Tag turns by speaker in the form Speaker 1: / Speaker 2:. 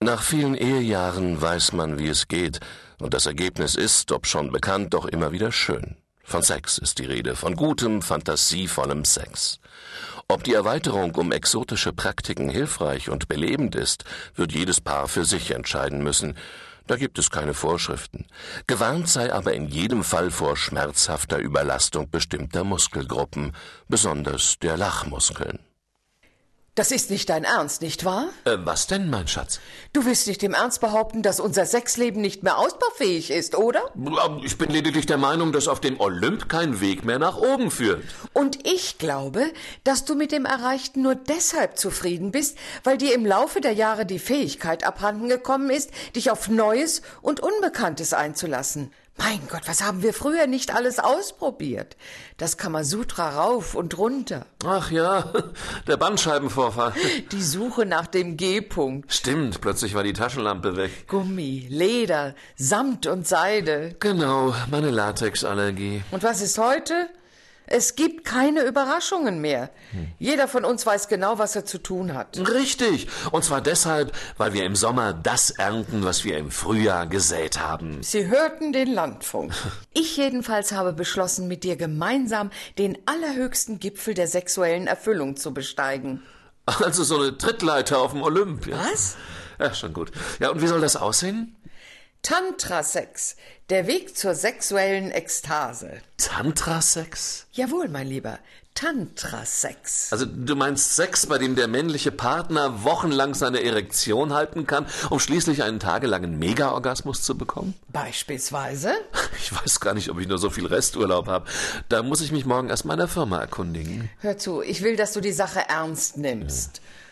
Speaker 1: Nach vielen Ehejahren weiß man, wie es geht, und das Ergebnis ist, ob schon bekannt, doch immer wieder schön. Von Sex ist die Rede, von gutem, fantasievollem Sex. Ob die Erweiterung um exotische Praktiken hilfreich und belebend ist, wird jedes Paar für sich entscheiden müssen. Da gibt es keine Vorschriften. Gewarnt sei aber in jedem Fall vor schmerzhafter Überlastung bestimmter Muskelgruppen, besonders der Lachmuskeln.
Speaker 2: Das ist nicht dein Ernst, nicht wahr?
Speaker 1: Äh, was denn, mein Schatz?
Speaker 2: Du willst nicht im Ernst behaupten, dass unser Sexleben nicht mehr ausbaufähig ist, oder?
Speaker 1: Ich bin lediglich der Meinung, dass auf dem Olymp kein Weg mehr nach oben führt.
Speaker 2: Und ich glaube, dass du mit dem Erreichten nur deshalb zufrieden bist, weil dir im Laufe der Jahre die Fähigkeit abhanden gekommen ist, dich auf Neues und Unbekanntes einzulassen. Mein Gott, was haben wir früher nicht alles ausprobiert? Das Kamasutra rauf und runter.
Speaker 1: Ach ja, der Bandscheibenvorfall.
Speaker 2: Die Suche nach dem G-Punkt.
Speaker 1: Stimmt, plötzlich war die Taschenlampe weg.
Speaker 2: Gummi, Leder, Samt und Seide.
Speaker 1: Genau, meine Latexallergie.
Speaker 2: Und was ist heute? Es gibt keine Überraschungen mehr. Jeder von uns weiß genau, was er zu tun hat.
Speaker 1: Richtig. Und zwar deshalb, weil wir im Sommer das ernten, was wir im Frühjahr gesät haben.
Speaker 2: Sie hörten den Landfunk. Ich jedenfalls habe beschlossen, mit dir gemeinsam den allerhöchsten Gipfel der sexuellen Erfüllung zu besteigen.
Speaker 1: Also so eine Trittleiter auf dem Olymp. Ja.
Speaker 2: Was?
Speaker 1: Ja, schon gut. Ja, und wie soll das aussehen?
Speaker 2: Tantra-Sex, der Weg zur sexuellen Ekstase.
Speaker 1: Tantra-Sex?
Speaker 2: Jawohl, mein Lieber, Tantra-Sex.
Speaker 1: Also du meinst Sex, bei dem der männliche Partner wochenlang seine Erektion halten kann, um schließlich einen tagelangen Mega-Orgasmus zu bekommen?
Speaker 2: Beispielsweise?
Speaker 1: Ich weiß gar nicht, ob ich nur so viel Resturlaub habe. Da muss ich mich morgen erst meiner Firma erkundigen.
Speaker 2: Hör zu, ich will, dass du die Sache ernst nimmst.